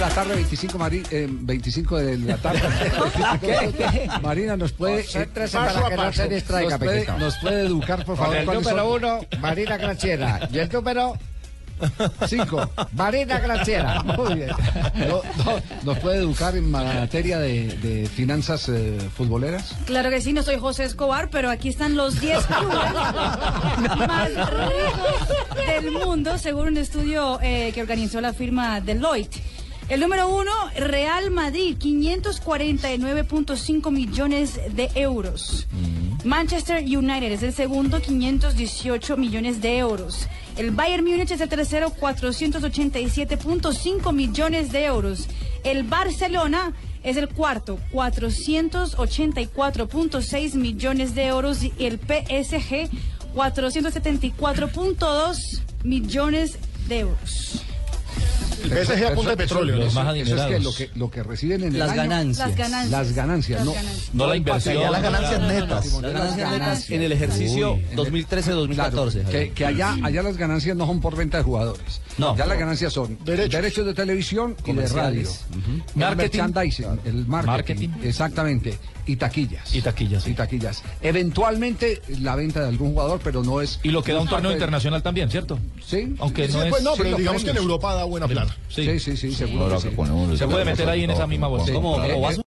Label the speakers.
Speaker 1: la tarde, 25, Mari- eh, 25 de la tarde. 25 minutos. Marina, ¿nos puede,
Speaker 2: Concéntrese
Speaker 1: eh,
Speaker 2: para que no se distraiga,
Speaker 1: nos puede,
Speaker 2: Pepito.
Speaker 1: nos puede educar, por
Speaker 2: Con
Speaker 1: favor?
Speaker 2: el
Speaker 1: cuáles
Speaker 2: número
Speaker 1: son?
Speaker 2: uno, Marina Graciera. Y el número
Speaker 1: Cinco.
Speaker 2: Marina Graciera.
Speaker 1: Muy bien. No, no, ¿Nos puede educar en materia de, de finanzas eh, futboleras?
Speaker 3: Claro que sí, no soy José Escobar, pero aquí están los 10 clubes más ricos del mundo, según un estudio eh, que organizó la firma Deloitte. El número uno, Real Madrid, 549.5 millones de euros. Manchester United es el segundo, 518 millones de euros. El Bayern Múnich es el tercero, 487.5 millones de euros. El Barcelona es el cuarto, 484.6 millones de euros y el PSG 474.2 millones de euros.
Speaker 4: El PSG a punta de petróleo.
Speaker 5: Los
Speaker 4: ¿no?
Speaker 5: más
Speaker 1: Eso es que lo,
Speaker 5: adinerados.
Speaker 1: que lo que reciben en el
Speaker 6: Las
Speaker 1: año,
Speaker 6: ganancias.
Speaker 3: Las ganancias.
Speaker 1: Las ganancias,
Speaker 3: Las
Speaker 1: no.
Speaker 3: ganancias.
Speaker 5: No la inversión.
Speaker 4: Sería las ganancias
Speaker 3: No, no, no, no.
Speaker 4: netas.
Speaker 6: Las
Speaker 1: Las
Speaker 6: ganancias
Speaker 1: ganancias.
Speaker 6: netas en el ejercicio
Speaker 1: Uy.
Speaker 6: 2013-2014.
Speaker 1: Claro, que, que allá, allá las ganancias no son por venta de jugadores.
Speaker 6: No.
Speaker 1: Ya las ganancias son
Speaker 4: Derechos.
Speaker 1: derechos de televisión y de radio.
Speaker 6: Comerciales.
Speaker 1: El
Speaker 5: Marketing.
Speaker 1: merchandising, el marketing,
Speaker 5: Marketing.
Speaker 1: Exactamente. Y taquillas.
Speaker 5: Y taquillas, sí.
Speaker 1: Y taquillas. Eventualmente la venta de algún jugador, pero no es.
Speaker 5: Y lo que da un
Speaker 1: no es
Speaker 5: torneo
Speaker 1: parte de-
Speaker 5: internacional también, ¿cierto?
Speaker 1: Sí.
Speaker 5: Aunque
Speaker 4: Sí,
Speaker 5: no es.
Speaker 4: pues no,
Speaker 1: sí,
Speaker 4: pero
Speaker 1: los
Speaker 4: digamos que en
Speaker 1: premios.
Speaker 4: Europa da buena plata.
Speaker 1: Sí, sí, sí, seguro. que sí.
Speaker 5: Se puede meter ahí en esa misma bolsa.
Speaker 1: Sí.
Speaker 5: Como
Speaker 1: Eh,
Speaker 5: como
Speaker 1: eh,
Speaker 5: vas